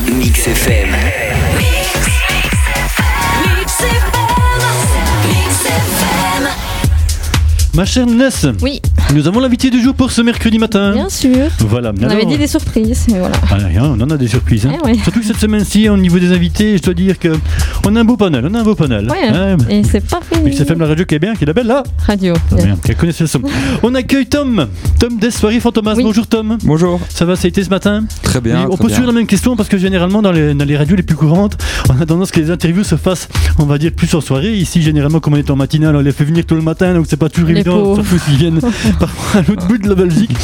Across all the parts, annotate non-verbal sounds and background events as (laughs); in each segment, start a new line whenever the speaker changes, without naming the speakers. Mix FM.
Ma chère Ness,
Oui,
nous avons l'invité du jour pour ce mercredi matin.
bien sûr.
Voilà.
On avait dit des surprises, mais voilà.
Ah, rien, on en a des surprises. hein.
Eh ouais.
Surtout que cette semaine-ci, au niveau des invités, je dois dire que on a un beau panel. On a un beau panel.
Ouais.
Hein,
Et c'est pas fini.
XFM, la radio qui est bien, qui est la belle là.
Radio.
Ah, merde, qu'elle connaissait le son. On accueille Tom. Tom des soirées fantomas.
Oui.
Bonjour Tom.
Bonjour.
Ça va, ça a été ce matin
Très bien.
Et On
très
pose
bien.
toujours la même question parce que généralement dans les, dans les radios les plus courantes, on a tendance que les interviews se fassent, on va dire, plus en soirée. Ici, généralement, comme on est en matinale, on les fait venir tout le matin, donc c'est pas toujours
Les
évident,
pauvres.
surtout s'ils viennent parfois à l'autre bout de la Belgique.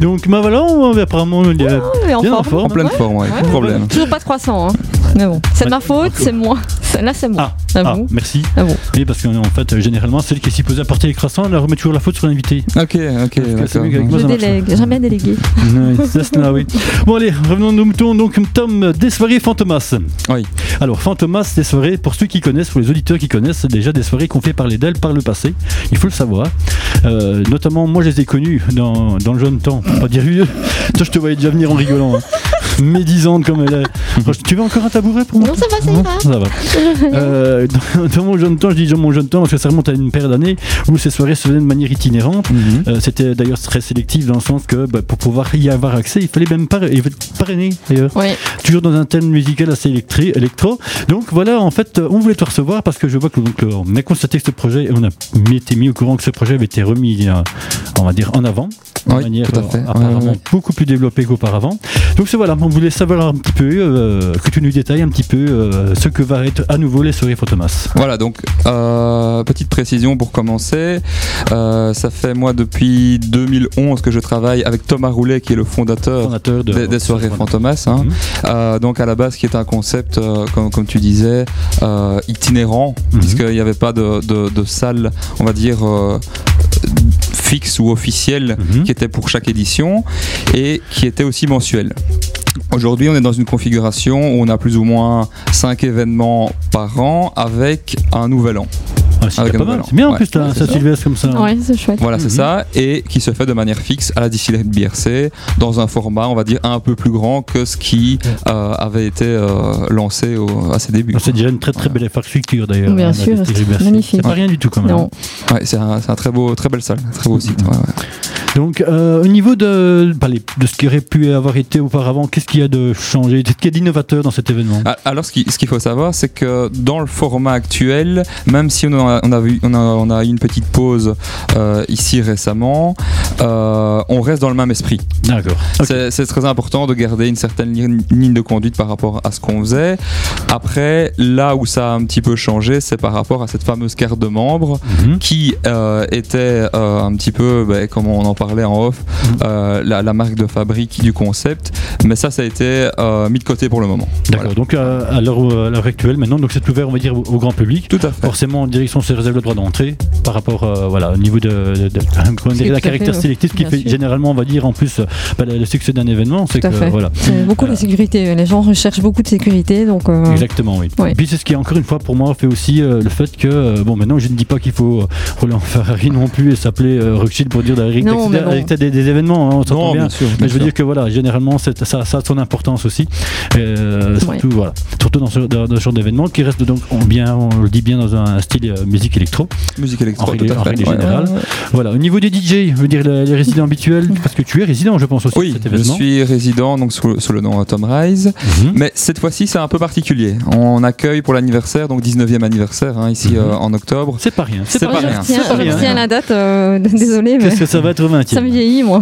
Donc, bah voilà, on- apparemment, il y a
Oh, mais en
bien en
forme.
forme.
En pleine forme, ouais.
Ouais.
Pas de problème.
Toujours pas de croissant, hein. Mais bon, c'est de ma faute, c'est moi. C'est- Là, c'est moi.
Ah,
Ah
ah,
bon
merci.
Ah bon.
Oui, parce qu'en fait, euh, généralement, celle qui est supposée apporter les croissants, elle remet toujours la faute sur l'invité.
Ok, ok.
c'est
d'accord. Mhm.
mieux qu'avec moi.
Je
ça marche
délègue, jamais délégué.
Ouais, ça, c'est là, oui. Bon, allez, revenons à nos moutons. Donc, Tom, des soirées Fantomas.
Oui.
Alors, Fantomas, des soirées, pour ceux qui connaissent, pour les auditeurs qui connaissent, c'est déjà des soirées qu'on fait parler d'elles par le passé. Il faut le savoir. Euh, notamment, moi, je les ai connues dans, dans le jeune temps. Pour pas dire vieux. Toi, je te voyais déjà venir en rigolant. hein. Médisante comme elle est. Roche, Tu veux encore un tabouret pour moi
Non, ça va, ça va. (laughs)
ça va. Euh, dans, dans mon jeune temps, je dis dans mon jeune temps parce que ça remonte à une paire d'années où ces soirées se faisaient de manière itinérante.
Mhm.
Euh, c'était d'ailleurs très sélectif dans le sens que bah, pour pouvoir y avoir accès, il fallait même pas il fallait être parrainé d'ailleurs.
Oui,
Toujours dans un thème musical assez électri- électro. Donc voilà, en fait, euh, on voulait te recevoir parce que je vois que donc, euh, on a constaté que ce projet, on a mis- été mis au courant que ce projet avait été remis, euh, on va dire, en avant, de
Oui,
manière
tout à
euh,
fait. Ouais,
apparemment
ouais, ouais.
beaucoup plus développée qu'auparavant. Donc c'est voilà, on voulait savoir un petit peu, euh, que tu nous détailles un petit peu euh, ce que va être à nouveau les soirées Fantomas.
Voilà, donc euh, petite précision pour commencer. Euh, ça fait moi depuis 2011 que je travaille avec Thomas Roulet qui est le fondateur
Fondateur de
Euh, des, des soirées Fantomas. hein.
Mhm.
Euh, donc à la base qui est un concept, euh, comme, comme tu disais, euh, itinérant,
Mhm.
puisqu'il n'y avait pas de, de- de salle, on va dire, euh, fixe ou officielle
Mhm.
qui était pour chaque édition et qui était aussi mensuel. Aujourd'hui, on est dans une configuration où on a plus ou moins 5 événements par an avec un nouvel an.
Ah, c'est
Avec
pas
un nouvel
mal.
an.
C'est bien en
Ouais,
plus, t'as
c'est
ça
ça.
Sylvestre comme ça.
ouais, c'est chouette.
Voilà, c'est
Mhm.
ça, et qui se fait de manière fixe à la distillerie de BRC dans un format, on va dire, un peu plus grand que ce qui euh, avait été euh, lancé au- à ses débuts.
Ah, C'est déjà une très très belle infrastructure d'ailleurs.
Bien
hein,
sûr,
la distillerie
c'est
Bercy.
magnifique.
C'est pas rien du tout quand même.
Non,
Ouais, c'est un, c'est un très beau, très belle salle, un très beau site. ouais, ouais.
Donc euh, au niveau de, bah, les- de ce qui aurait pu avoir été auparavant, qu'est-ce qu'il y a de changé Qu'est-ce qu'il y a d'innovateur dans cet événement
Ah, Alors, ce qui- ce qu'il faut savoir, c'est que dans le format actuel, même si on a, on a, vu- on a, on a eu une petite pause euh, ici récemment, euh, on reste dans le même esprit.
D'accord. Ok.
C'est- C'est très important de garder une certaine ligne ligne de conduite par rapport à ce qu'on faisait. Après, là où ça a un petit peu changé, c'est par rapport à cette fameuse carte de membre
Mhm.
qui euh, était euh, un petit peu, ben, comme on en parlait en off, euh, la, la marque de fabrique du concept. Mais ça, ça a été euh, mis de côté pour le moment.
D'accord. Donc euh, à l'heure à l'heure actuelle, maintenant, donc c'est ouvert, on va dire, au, au grand public.
Tout à fait.
Forcément, en direction se réserve le droit d'entrée par rapport euh, voilà, au niveau de, de- (laughs) de- comment dire,
tout à
la
fait,
caractère
oui.
sélectif qui
Bien
fait
sûr.
généralement, on va dire, en plus, euh, bah, le le succès d'un événement. C'est
Tout à
que
fait.
voilà.
c'est beaucoup la sécurité. Les gens recherchent beaucoup de sécurité, donc. euh,
Exactement, oui.
Ouais.
Et puis c'est ce qui, encore une fois, pour moi, fait aussi euh, le fait que, euh, bon, maintenant, je ne dis pas qu'il faut euh, rouler en Ferrari non plus et s'appeler euh, Rothschild pour dire d'arrêter
Non, mais bon.
des, des événements, hein, on s'entend bien.
sûr.
Mais je veux dire que voilà, généralement, c'est- ça, ça a son importance aussi. Euh,
Ouais.
surtout, voilà, surtout dans ce, dans, dans ce genre d'événement qui reste donc on- bien, on le dit bien dans un style euh, musique électro.
Musique
En
électro,
règle-
tout à
en
fait.
règle
ouais.
euh,
générale. Voilà, au niveau des DJ, je veux dire les, les résidents habituels, parce que tu es résident, je pense aussi, de
Oui,
cet
je
événement.
suis résident donc sous, sous le nom euh, Tom Rise.
Mhm.
Mais cette fois-ci, c'est un peu particulier. On accueille pour l'anniversaire, donc 19e anniversaire, hein, ici
Mhm.
euh, en
(laughs)
octobre.
C'est pas rien. C'est
C'est
pas
moi,
pas
je
rien.
rien.
retiens,
c'est pas
je
rien.
retiens la date, euh, (laughs) désolé, mais
Qu'est-ce que Ah ça va être 20
ça me vieillit, moi.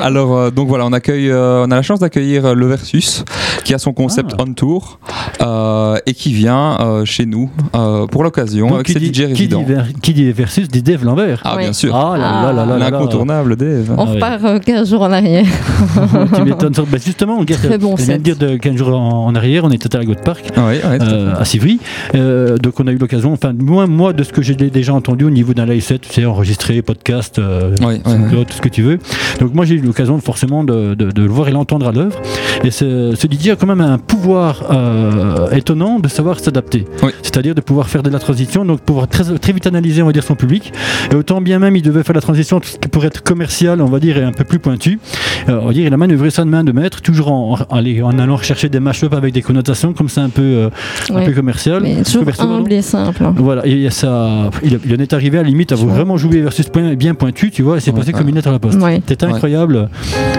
Alors, euh, donc voilà, on accueille, euh, on a la chance d'accueillir euh, le Versus, qui a son concept
Ah.
on tour euh, et qui vient euh, chez nous euh, pour l'occasion
Donc,
avec
qui
ses
dit-
DJ
qui dit
résidents.
ver- Qui dit versus dit Dave Lambert.
Ah,
Ouais.
bien sûr.
Ah là là là là là.
L'incontournable Dave.
On
ouais.
repart euh, 15 jours en arrière.
tu m'étonnes. Bah,
(laughs)
justement, on
Très bon
je viens de
set.
dire de 15 jours en, en arrière, on était à la Goutte Park.
Ah oui, ouais, tout à
euh, à Sivry, Euh, donc on a eu l'occasion, enfin moins moi de ce que j'ai déjà entendu au niveau d'un live set, tu sais, enregistré, podcast, euh,
Oui,
ça,
oui,
tu vois, tout ce que tu veux. Donc moi j'ai eu l'occasion forcément de, de- de le voir et l'entendre à l'œuvre. Et ce, ce Didier a quand même un pouvoir euh, étonnant de savoir s'adapter.
Oui.
C'est-à-dire de pouvoir faire de la transition, donc pouvoir très, très vite analyser on va dire son public. Et autant bien même il devait faire la transition tout ce qui pourrait être commercial on va dire et un peu plus pointu. Euh, on va dire il a manœuvré ça de main de maître, toujours en, en- allez, en allant chercher des mash avec des connotations comme ça un peu, euh, un
Ouais.
peu commercial.
Mais toujours
Commercial, pardon.
humble et simple. hein.
Voilà, et il, y a ça, il, il en est arrivé à la limite à
Ouais.
vraiment jouer versus point, bien pointu, tu vois, et c'est
Ouais,
passé
ouais.
comme une lettre à la poste.
Ouais.
C'était
Ouais.
incroyable.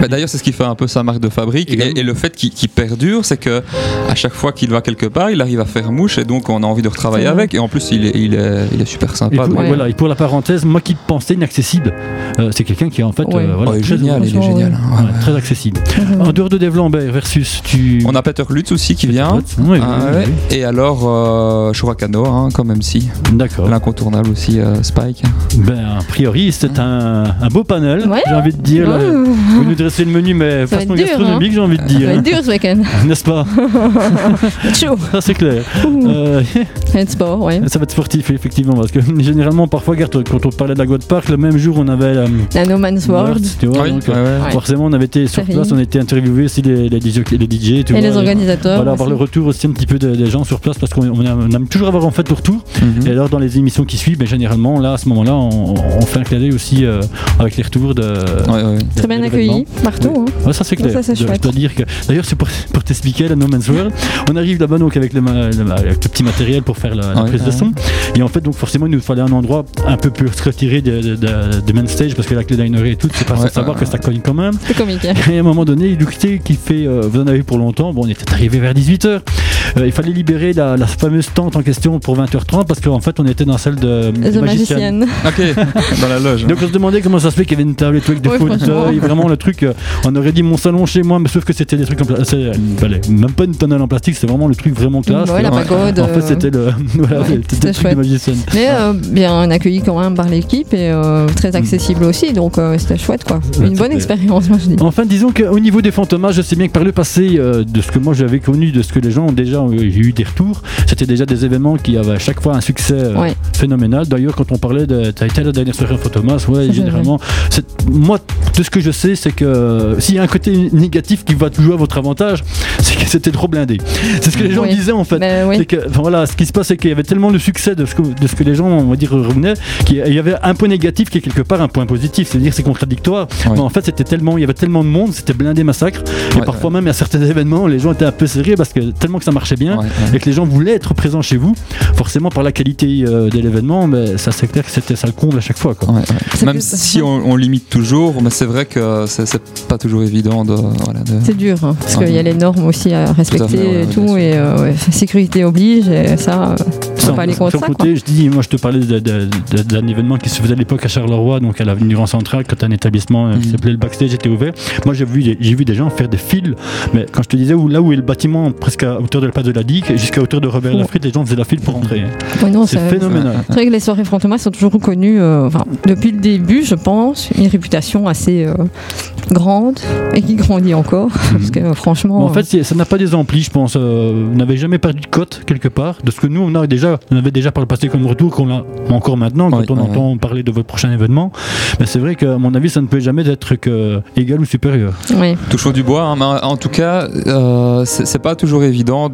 Bah, D'ailleurs, c'est ce qui fait un peu sa marque de fabrique. Et,
Également.
et le fait qu'il qu'il perdure, c'est que à chaque fois qu'il va quelque part, il arrive à faire mouche et donc on a envie de retravailler
C'est vrai.
avec. Et en plus, il est, il est, il est super
Et
sympa.
pour,
donc-
Ouais.
voilà, et pour la parenthèse, moi qui le pensais inaccessible, euh, c'est quelqu'un qui est en fait
Ouais.
euh, voilà,
Oh, il est
très,
génial, il est
franchement,
génial. hein.
ouais, très accessible.
Mhm.
En dehors de Dave Lambert versus tu.
On a Peter Lutz aussi qui vient.
Ouais,
Ah
ouais,
ouais. Et alors, euh, Shurakano, hein, quand même si.
ouais. D'accord.
L'incontournable aussi, euh, Spike.
Ben, a priori, c'était un, un beau panel,
Ouais.
j'ai envie de dire. là.
Ouh,
Vous nous dressez le menu, mais
Ça va
façon
être dur, hein.
gastronomique, j'ai envie de
Oh, Ça va
dire.
être dur ce week-end.
(laughs) N'est-ce pas
Chaud.
Ça, c'est clair.
Ouh.
Euh,
Et de sport, ouais.
Ça va être sportif, effectivement, parce que (laughs) généralement, parfois, regarde, quand on parlait de la God Park, le même jour, on avait la
La No Man's World.
tu vois, donc,
Ah
euh,
Ouais, ouais.
Ouais.
forcément, on avait été sur
Terrible.
place, on a été interviewé aussi les, les, DJ, les DJ, tu
Et
vois,
les organisateurs.
Voilà, avoir le
aussi.
retour aussi un petit peu des, des gens sur place, parce qu'on on aime, on aime toujours avoir en fait le retour.
Mhm.
Et alors, dans les émissions qui suivent, mais généralement, là, à ce moment-là, on, on fait un clin d'œil aussi euh, avec les retours de.
Ouais, ouais.
de-
Très bien
de
accueilli
l'événement.
partout. hein.
Ouais, ça c'est clair.
Ça, c'est
je dois- je
chouette.
dois dire que d'ailleurs c'est pour, pour t'expliquer la No Man's World. On arrive là-bas donc avec le, ma- le ma- avec le petit matériel pour faire la, la
Ouais,
prise de
ouais.
son. Et en fait donc forcément il nous fallait un endroit un peu plus retiré de, de, de- de main stage parce que la clé d'inerie et tout, c'est pas
Ouais,
sans savoir
ouais,
que ça cogne quand même.
C'était comique.
Et à un moment donné, Lucté qui fait, euh, vous en avez pour longtemps, bon on était arrivé vers 18h. il fallait libérer la, la fameuse tente en question pour 20h30 parce qu'en fait on était dans celle de,
The
de
Magicienne.
magicienne.
Ok, (laughs) dans la loge.
Donc on se demandait comment ça se fait qu'il y avait une table et tout avec des
Ouais,
fauteuils,
franchement.
vraiment le truc. euh, on aurait dit mon salon chez moi, mais sauf que c'était des trucs en plastique. Même pas une tonnelle en plastique, c'est vraiment le truc vraiment classe.
Mm, Ouais, la
ouais.
pagode.
en fait,
euh,
c'était le, (laughs) voilà,
ouais,
c'était le
c'était
truc de
chouette.
magicienne.
Mais euh, bien accueilli quand même par l'équipe et euh, très accessible aussi, donc euh, c'était chouette quoi.
Mm. Ouais,
Une bonne
c'était-
expérience, moi je dis.
Enfin, disons qu'au niveau des fantomas, je sais bien que par le passé, euh, de ce que moi j'avais connu, de ce que les gens ont déjà eu- j'ai eu des retours, c'était déjà des événements qui avaient à chaque fois un succès euh,
Ouais.
phénoménal. D'ailleurs, quand on parlait de t'as été à la dernière soirée fantomas,
(laughs)
ouais,
c'est
généralement, c'est- moi, de ce que je sais, c'est que euh, s'il y a un côté négatif qui va toujours à votre avantage, (laughs) c'est que c'était trop blindé. C'est ce que les gens
Ouais.
disaient en fait.
Mais
C'est
oui,
que, enfin, voilà, ce qui se passe, c'est qu'il y avait tellement de succès de ce que, de ce que les gens, on va dire, revenaient, qu'il y avait un point négatif qui est quelque part un point positif. C'est-à-dire, c'est contradictoire.
Ouais.
Mais en fait, c'était tellement, il y avait tellement de monde, c'était blindé massacre. et
Ouais,
parfois même, à certains événements, les gens étaient un peu serrés parce que tellement que ça marchait bien.
Ouais, ouais.
Et que les gens voulaient être présents chez vous, forcément par la qualité euh, de l'événement, mais ça c'est clair que c'était ça le comble à chaque fois. Quoi.
Ouais, ouais.
C'est
Même
que-
si on, on limite toujours, mais c'est vrai que c'est- c'est pas toujours évident de. Voilà, de-
c'est dur hein, parce qu'il y a
Mm.
Ouais.
les normes aussi à respecter
fait, ouais,
et
ouais,
tout,
bien sûr.
et euh, ouais, sécurité oblige, et ça, euh,
Ça,
on peut aller
de
contre
son
ça. quoi.
côté, je dis, moi je te parlais de- de- de- d'un événement qui se faisait à l'époque à Charleroi, donc à l'avenue Grand Central, quand un établissement euh, qui
Mhm.
s'appelait le Backstage était ouvert. Moi j'ai vu, j'ai vu des gens faire des fils, mais quand je te disais où, là où est le bâtiment, presque à hauteur de la place de la Digue, jusqu'à hauteur de Robert
Ouais.
Laffrite, les gens faisaient la file pour entrer.
Ouais, non,
C'est
ça-
phénoménal.
C'est vrai que les soirées fantomas sont toujours reconnues, euh, enfin, depuis le début, je pense, une réputation assez euh, grande et qui grandit encore. Parce que euh, franchement,
Mhm. Mais en fait, c'est- ça n'a pas des amplis, je pense. Euh, on n'avait jamais perdu de cote quelque part. De ce que nous, on, a déjà, on avait déjà par le passé comme retour, qu'on a encore maintenant, quand
Oui,
on
oui,
entend parler de votre prochain événement. Mais c'est vrai qu'à mon avis, ça ne peut jamais être que égal ou supérieur.
euh, ouais.
Touchons du bois, hein, mais en tout cas, euh, c'est c'est pas toujours évident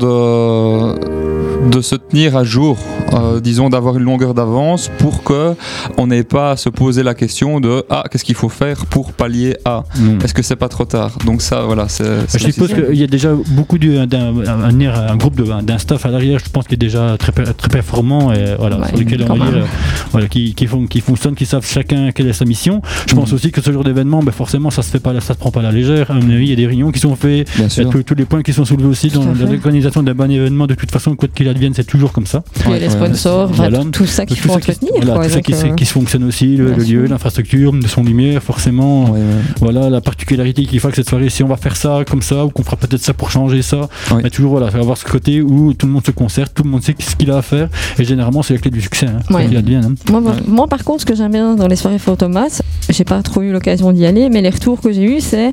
de, de se tenir à jour, euh, disons d'avoir une longueur d'avance pour que on n'ait pas à se poser la question de ah qu'est-ce qu'il faut faire pour pallier à est-ce que c'est pas trop tard donc ça voilà c'est
Bah, Ah, Je
c'est-
suppose
c'est-
qu'il y a déjà beaucoup d'un, d'un, un, un groupe de, d'un staff à l'arrière, je pense, qui est déjà très, per- très performant et voilà,
Ouais,
sur lequel on
quand
va
même.
dire, euh, voilà, qui, qui, fon- qui fonctionne, qui savent chacun quelle est sa mission. Je pense
Mhm.
aussi que ce genre d'événement, ben, forcément, ça se fait pas, à la- ça se prend pas à la légère. À mon avis, il y a des réunions qui sont faites,
bien
Il y a
sûr
tous, tous les points qui sont soulevés aussi
Tout
dans
à fait.
l'organisation d'un bon événement, de toute façon, quoi qu'il advienne, c'est toujours comme ça.
Puis
Ouais,
les
ouais.
sponsors, enfin,
Voilà.
tout- tout ça qu'il
Tout
faut
ça qui-
entretenir.
voilà,
quoi,
tout ça
donc,
qui, se-
euh,
qui se fonctionne aussi, le,
bien
le lieu,
sûr.
l'infrastructure, le son lumière, forcément.
Ouais, ouais.
Voilà la particularité qui fait que cette soirée, si on va faire ça comme ça, ou qu'on fera peut-être ça pour changer ça,
Oui.
mais toujours voilà, avoir ce côté où tout le monde se concerte, tout le monde sait ce qu'il a à faire, et généralement c'est la clé du succès, hein, quoi
Ouais.
qu'il advienne. hein.
Moi, par- moi, par contre, ce que j'aime bien dans les soirées fantomas, j'ai pas trop eu l'occasion d'y aller, mais les retours que j'ai eus, c'est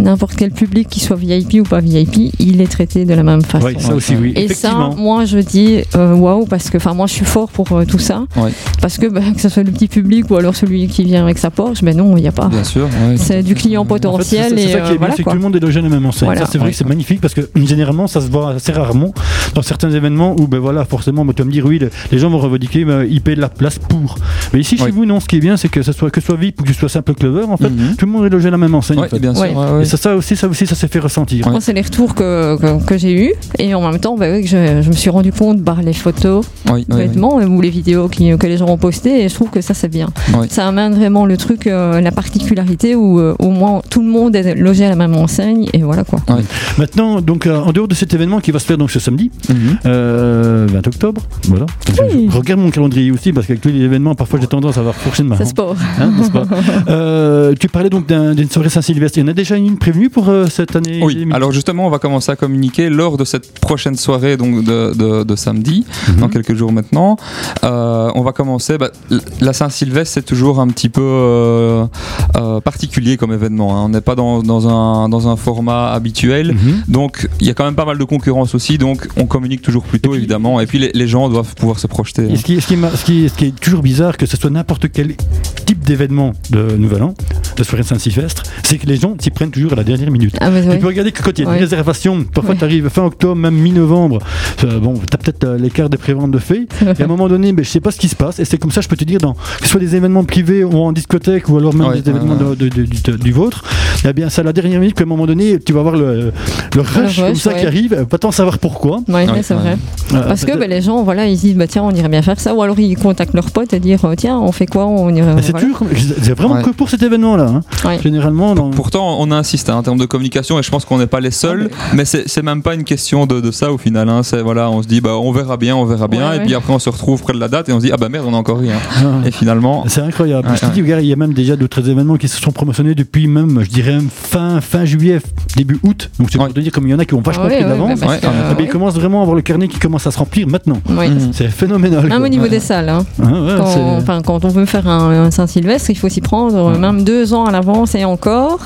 n'importe quel public, qu'il soit VIP ou pas VIP, il est traité de la même façon.
Oui, ça aussi, oui.
Et ça,
Effectivement.
moi, je dis euh, waouh, parce que, enfin, moi, je suis fort pour euh, tout ça.
Ouais.
Parce que, bah, que ce soit le petit public ou alors celui qui vient avec sa Porsche, ben non, il n'y a pas.
Bien sûr. ouais.
C'est du client
En fait, c'est
potentiel
ça- c'est
et
ça qui est
euh,
bien,
voilà
c'est que
quoi.
tout le monde est logé à la même enseigne.
Voilà.
ça, c'est vrai
Ouais.
que c'est magnifique parce que généralement, ça se voit assez rarement dans certains événements où, ben voilà, forcément, ben, tu vas me dire, oui, le- les gens vont revendiquer, ben, ils paient de la place pour. Mais ici, chez
Oui.
vous, non, ce qui est bien, c'est que ce soit que ce soit VIP ou que ce soit simple clever, en fait,
Mhm.
tout le monde est logé à la même enseigne. Ah. en
Ouais, eh ben
fait.
bien sûr.
Ouais.
ouais, ouais.
Et ça, ça aussi, ça aussi, ça s'est fait ressentir.
Ouais.
Moi, c'est les retours que, que, que j'ai eus. Et en même temps, bah, oui, que je, je me suis rendu compte par les photos,
Ouais, ouais, ouais.
vêtements, ou les vidéos qui- que les gens ont postées. Et je trouve que ça, c'est bien.
Ouais.
Ça amène vraiment le truc, euh, la particularité où euh, au moins tout le monde est logé à la même enseigne. Et voilà quoi.
Maintenant, donc, euh, en dehors de cet événement qui va se faire donc ce samedi,
Mhm.
euh, 20 octobre, voilà.
Ah Oui.
Je regarde mon calendrier aussi parce qu'avec tous les événements, parfois j'ai tendance à avoir fourché de ma
Ça se porte.
Hein,
(laughs)
n'est-ce pas Euh, tu parlais donc d'un- d'une soirée Saint-Sylvestre. Il y en a déjà une prévenue pour euh, cette année
Oui, alors justement, on va commencer à communiquer lors de cette prochaine soirée donc de, de- de samedi,
Mhm.
dans quelques jours maintenant. Euh, on va commencer. bah, l- la Saint-Sylvestre, c'est toujours un petit peu euh, euh, particulier comme événement. hein. On n'est pas dans, dans un, dans un format habituel.
Mhm.
Donc, il y a quand même pas mal de concurrence aussi, donc on communique toujours plus tôt,
puis-
évidemment. Et puis, les, les gens doivent pouvoir se projeter. hein.
Et ce, qui, ce, qui m'a- ce qui- ce qui est toujours bizarre, que ce soit n'importe quel type d'événement de Nouvel An, de soirée Saint-Sylvestre, c'est que les gens s'y prennent toujours à la dernière minute.
Ah, mais
Tu
oui.
peux regarder que quand il y a
Ouais.
des réservations, parfois
Ouais.
tu arrives fin octobre, même mi-novembre, euh, bon, t'as peut-être euh, l'écart des préventes
(laughs)
de fait. Et à un moment donné, ben, je sais pas ce qui se passe. Et c'est comme ça, je peux te dire, dans, que ce soit des événements privés ou en discothèque ou alors même
Ouais,
des événements
ouais,
de- de- du, de- du vôtre, eh bien, c'est à la dernière minute qu'à un moment donné, tu vas avoir le, le rush
rush,
comme ça qui
ouais.
arrive. euh, Pas tant savoir pourquoi.
Ouais,
Ouais,
c'est
ouais.
vrai.
Euh,
Parce que
peut-être-
bah, les gens, voilà, ils disent, bah, tiens, on irait bien faire ça. Ou alors ils contactent leurs potes et dire, euh, tiens, on fait quoi on irait,
Mais Bah, c'est
euh, voilà.
dur, c'est vraiment
Ouais.
que pour cet événement-là. hein.
Ouais.
Généralement, dans-
Pourtant, on insiste hein, en termes de communication et je pense qu'on n'est pas les seuls,
Ah,
mais c'est c'est même pas une question de, de ça au final. hein. C'est voilà, on se dit bah on verra bien, on verra bien,
Ouais,
et
ouais.
puis après on se retrouve près de la date et on se dit ah bah merde, on a encore rien. Et finalement,
C'est incroyable.
Ouais,
je te dis, regarde, il y a même déjà d'autres événements qui se sont promotionnés depuis même, je dirais, même fin, fin juillet, début août. Donc c'est
Ouais.
pour te dire, comme il y en a qui ont
Ah
vachement
ouais,
pris
ouais,
d'avance,
bah, parce
Ouais,
que,
ah, mais-
euh,
eh bien, ils commencent vraiment à avoir le carnet qui commence à se remplir maintenant.
ouais.
Mhm.
C'est phénoménal.
Même
quoi.
au niveau des salles, hein.
Hein, ouais,
quand,
Mmh. c'est- Mmh.
enfin, quand on veut faire un, un Saint-Sylvestre, il faut s'y prendre euh, même deux ans à l'avance et encore,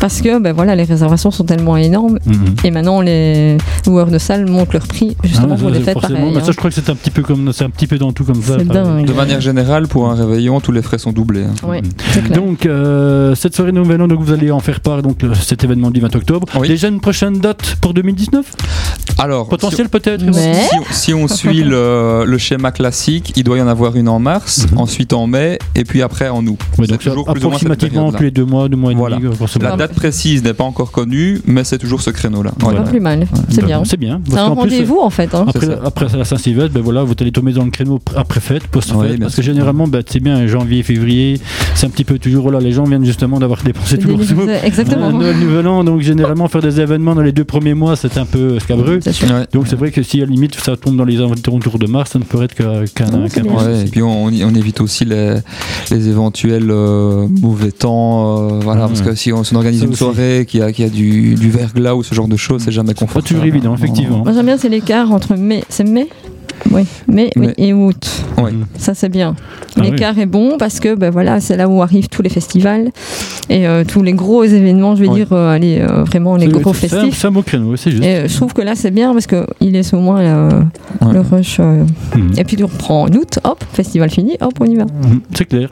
parce que ben voilà, les réservations sont tellement énormes.
Mhm.
Et maintenant, les loueurs de salles montent leur prix justement
Ah,
pour
ça,
les
c'est
fêtes
forcément.
pareil.
Mais ça,
hein.
je crois que c'est un petit peu comme, c'est un petit peu dans tout comme ça.
C'est
pareil.
dingue.
de manière générale, pour un réveillon, tous les frais sont doublés. hein.
Ouais, c'est clair.
Mhm. Mmh. Donc euh, cette soirée Nouvel An, donc vous allez en faire part donc le- cet événement du 20 octobre.
Oui.
Déjà une prochaine date pour 2019
Alors,
Potentiel peut-être.
si-
Mais-
si, on- si on suit le, le schéma classique, il doit y en avoir une en mars, ensuite en mai, et puis après en
Mhm.
août.
Ouais,
C'est
donc ça,
toujours plus ou moins cette
approximativement
période-là.
tous les deux mois, deux mois et demi.
Voilà.
euh, forcément.
La date précise n'est pas encore connue, mais c'est toujours ce créneau-là.
pas
Voilà.
plus mal, c'est
Bah,
bien.
C'est Ah, bien.
C'est
Parce
un
qu'en plus,
rendez-vous en fait. hein.
Après,
C'est ça.
après la Saint-Sylvestre, ben voilà, vous allez tomber dans le créneau pr- après-fête, post-fête,
Ouais, bien
parce que
sûr.
généralement, ben, c'est bien janvier, février, c'est un petit peu toujours, voilà, les gens viennent justement d'avoir dépensé tout leur
Des-
sou.
Exactement.
Euh, Noël, Nouvel An, donc généralement faire des événements dans les deux premiers mois, c'est un peu scabreux.
(laughs) C'est sûr.
Ouais.
Donc c'est vrai que si à la limite ça tombe dans les entours de mars, ça ne peut être qu'un qu'un
Non, c'est
qu'un
bien.
mois.
Ouais, et puis on, on y- on évite aussi les, les éventuels euh, mauvais temps, euh, voilà,
Ouais.
parce que si on, si on organise
Ça
une
aussi.
soirée qui a, qui a du, du verglas ou ce genre de choses, c'est jamais
Pas
confortable.
toujours évident, effectivement.
Moi j'aime bien c'est l'écart entre mai, c'est mai, oui, mai, oui,
Mai.
et août.
Ouais.
Ça c'est bien.
Ah
L'écart est bon parce que ben voilà c'est là où arrivent tous les festivals et euh, tous les gros événements, je vais
Ouais.
dire euh, allez, euh, vraiment les gros
C'est- c'est un-
festifs.
C'est un beau créneau, c'est juste.
Et euh, je trouve que là c'est bien parce que il laisse au moins euh,
Ouais.
le rush. euh.
Mhm.
Et puis tu reprends en août, hop, festival fini, hop, on y va.
Mhm, C'est clair.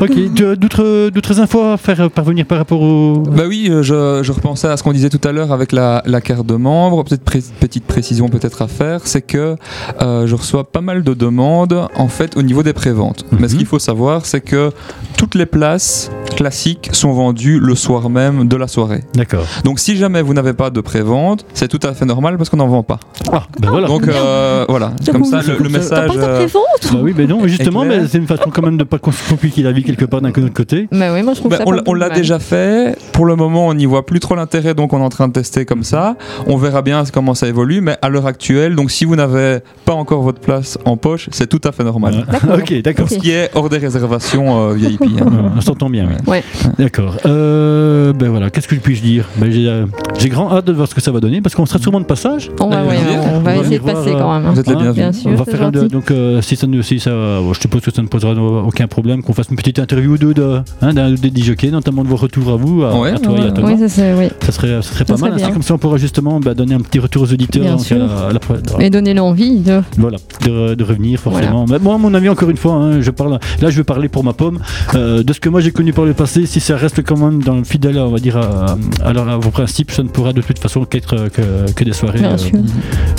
ok, tu as d'autres d'autres infos à faire parvenir par rapport au.
Bah oui, euh, je, je repensais à ce qu'on disait tout à l'heure avec la, la carte de membre. Peut-être pré- petite précision peut-être à faire, c'est que euh, je reçois pas mal de demandes en fait au niveau des préventes. Mais ce
Mhm.
qu'il faut savoir, c'est que toutes les places classiques sont vendues le soir même de la soirée.
D'accord.
Donc si jamais vous n'avez pas de prévente, c'est tout à fait normal parce qu'on n'en vend pas.
Ah, ben voilà.
Donc euh, voilà,
C'est
comme
cool.
ça le, le
Comme ça,
T'as
message.
pas ta
euh,
Bah
prévente
oui, mais non, mais justement,
Éclair.
mais c'est une façon quand même de pas qu'on se compliquer la vie quelque part d'un autre côté.
Bah oui, moi je trouve
ben,
ça.
on
pas
l'a- on
plus
l'a
mal.
déjà fait. Pour le moment, on n'y voit plus trop l'intérêt, donc on est en train de tester comme ça. On verra bien comment ça évolue, mais à l'heure actuelle, donc si vous n'avez pas encore votre place en poche, c'est tout à fait normal.
Voilà. Euh, (laughs) ok, d'accord.
Ok.
Ce qui est hors des réservations euh, VIP.
(laughs)
hein.
Euh, On s'entend bien. oui.
Ouais.
D'accord. Euh, ben voilà, qu'est-ce que je puis dire ben J'ai euh, j'ai grand hâte de voir ce que ça va donner parce qu'on sera sûrement de passage.
On va,
Euh,
ouais,
Olivier,
on, on va
on va
essayer de
venir
passer
voir,
quand même. hein.
euh, Vous êtes les bienvenus.
Bien sûr,
on va
c'est
faire un de-
gentil.
donc euh, si ça ne si ça bon, je suppose que ça ne posera no- aucun problème qu'on fasse une petite interview ou deux de hein, d'un- des disjockeys notamment de vos retours à vous à,
Ouais,
à toi et à
ouais,
Thomas.
Oui, ça c'est oui.
Ça serait, ça serait pas
serait
mal, ainsi
bien.
comme ça on pourra justement bah, donner un petit retour aux auditeurs
Bien
donc,
sûr.
à- à la pro-
Et donner l'envie de.
voilà, de, de revenir forcément. Mais moi, à mon avis, encore une fois, hein, je parle, là, je vais parler pour ma pomme. Euh, de ce que moi j'ai connu par le passé, si ça reste quand même dans, fidèle, on va dire, à, à leur- à vos principes, ça ne pourra de toute façon qu'être euh, que, que des soirées
Bien
euh,
sûr.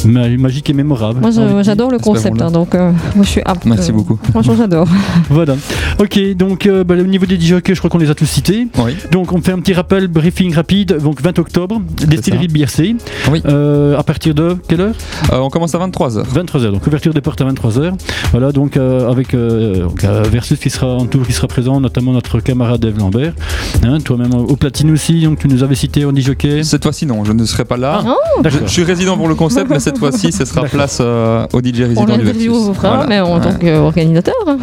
ma- magiques et mémorables. Ah
Moi, je-
J'ai envie de dire.
j'adore le
espérons-le.
concept, hein, donc euh, moi je suis apte.
Merci
euh,
beaucoup.
Franchement, j'adore.
Voilà. Ok, donc euh, bah, au niveau des DJ, je crois qu'on les a tous cités.
Oui.
Donc on fait un petit rappel, briefing rapide. Donc 20 octobre, distillerie de BRC.
Oui.
Euh, à partir de quelle heure
Euh, on commence à 23h.
23h, donc ouverture des portes à 23h. Voilà, donc euh, avec euh, donc, euh, Versus qui sera en tour, qui sera présent, notamment notre camarade Eve Lambert. Hein, Toi-même au au platine aussi, donc tu nous avais cité Andy Jockey.
Cette fois-ci, non, je ne serai pas là.
Ah,
je, je
D'accord.
suis résident pour le concept, mais cette fois-ci, ce sera place euh, au DJ résident
On
du Versus.
l'interview au frère,
Voilà.
mais en
Ouais.
tant qu'organisateur. hein.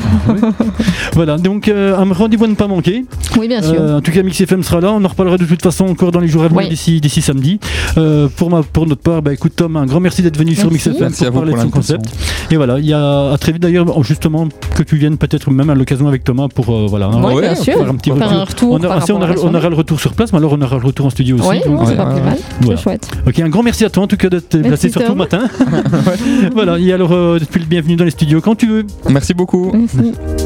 Voilà, donc euh, un rendez-vous à ne pas manquer.
Oui, bien sûr.
Euh, en tout cas, Mix FM sera là. On en reparlera de toute façon encore dans les jours à venir
Oui.
d'ici d'ici samedi. Euh, pour, ma, pour notre part, bah, écoute Tom, un grand merci d'être venu sur Mix
Merci.
FM
Merci à
pour
vous
parler
pour
de son
l'invitation.
concept. Et voilà, il y a à très vite d'ailleurs, justement, que tu viennes peut-être même à l'occasion avec Thomas pour euh, voilà,
Oui,
ouais,
bien
on
sûr.
faire un petit
Faire
retour.
un retour.
On, a-
par
ah, si, on
rapport à
aura,
la
on
soirée.
aura le retour sur place, mais alors on aura le retour en studio aussi.
Oui,
donc,
non,
euh,
c'est pas
ouais,
plus
ouais.
mal.
Voilà.
C'est chouette.
Ok, un grand merci à toi en tout cas d'être placé sur ton
Tom.
(laughs) matin. voilà, et alors, euh, tu es le bienvenu dans les studios quand tu veux.
Merci beaucoup.
Merci.